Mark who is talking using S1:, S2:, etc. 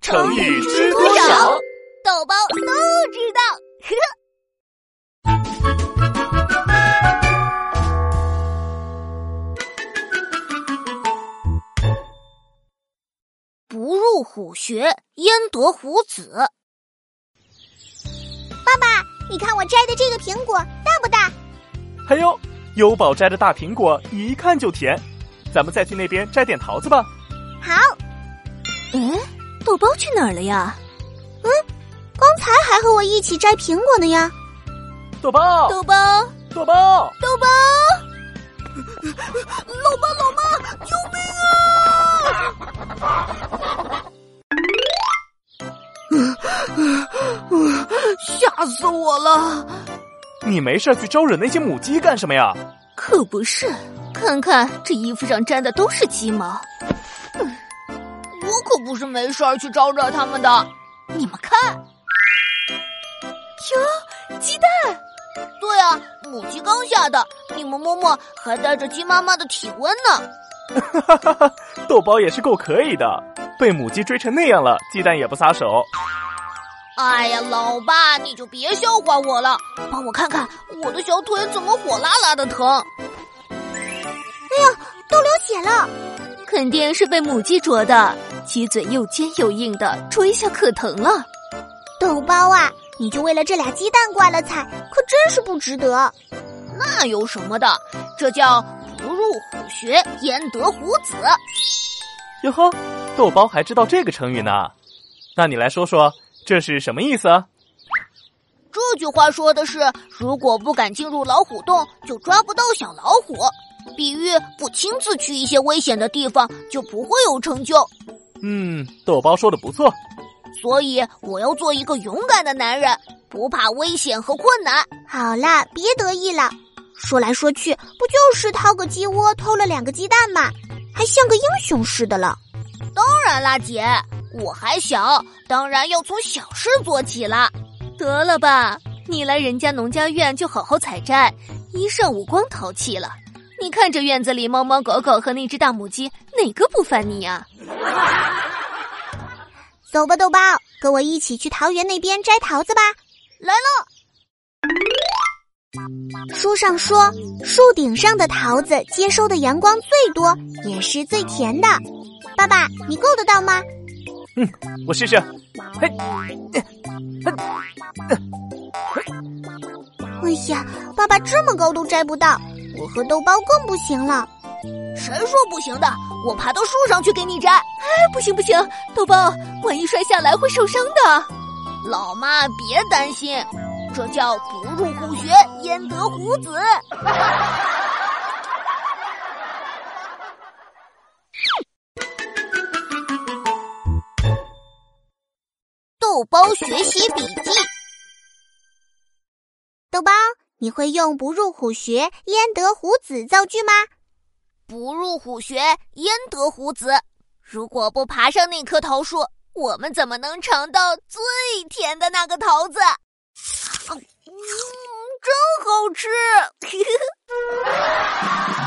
S1: 成语知多少？
S2: 豆包都知 道。呵呵不入虎穴，焉得虎子？
S3: 爸爸，你看我摘的这个苹果大不大？
S1: 哎呦，优宝摘的大苹果一看就甜，咱们再去那边摘点桃子吧。
S3: 好，
S2: 哎，豆包去哪儿了呀？
S3: 嗯刚才还和我一起摘苹果呢呀。
S1: 豆包，
S2: 豆包，
S1: 豆包，
S2: 豆包，
S4: 吓死我了！
S1: 你没事去招惹那些母鸡干什么呀？
S2: 可不是，看看这衣服上沾的都是鸡毛。
S4: 嗯我可不是没事儿去招惹他们的。
S2: 你们看，哟，鸡蛋！
S4: 对啊，母鸡刚下的，你们摸摸还带着鸡妈妈的体温呢。
S1: 豆包也是够可以的，被母鸡追成那样了，鸡蛋也不撒手。
S4: 哎呀，老爸，你就别笑话我了，帮我看看我的小腿怎么火辣辣的疼。
S3: 哎都流血了，
S2: 肯定是被母鸡啄的，鸡嘴又尖又硬的，啄一下可疼了。
S3: 豆包啊，你就为了这俩鸡蛋挂了彩，可真是不值得。
S4: 那有什么的？这叫不入虎穴，焉得虎子。
S1: 哟呵，豆包还知道这个成语呢。那你来说说这是什么意思啊？
S4: 这句话说的是，如果不敢进入老虎洞，就抓不到小老虎。比喻不亲自去一些危险的地方，就不会有成就。
S1: 嗯，豆包说的不错。
S4: 所以我要做一个勇敢的男人，不怕危险和困难。
S3: 好啦，别得意了。说来说去，不就是掏个鸡窝偷了两个鸡蛋吗？还像个英雄似的了。
S4: 当然啦，姐，我还小，当然要从小事做起啦。
S2: 得了吧，你来人家农家院就好好采摘，一上午光淘气了。你看这院子里猫猫狗狗和那只大母鸡，哪个不烦你
S4: 啊
S2: 呀、
S3: 走吧，豆包，跟我一起去桃园那边摘桃子吧。
S4: 来
S3: 了。书上说，树顶上的桃子接收的阳光最多，也是最甜的。爸爸，你够得到吗？
S1: 我试试。
S3: 哎呀，爸爸这么高都摘不到，我和豆包更不行了。
S4: 谁说不行的？我爬到树上去给你摘。
S2: 哎不行不行，豆包，万一摔下来会受伤的。
S4: 老妈，别担心，这叫不入虎穴，焉得虎子。
S2: 豆包学习笔记，
S3: 豆包，你会用“不入虎穴，焉得虎子”造句吗？
S4: 不入虎穴，焉得虎子？如果不爬上那棵桃树，我们怎么能尝到最甜的那个桃子？ 嗯，真好吃！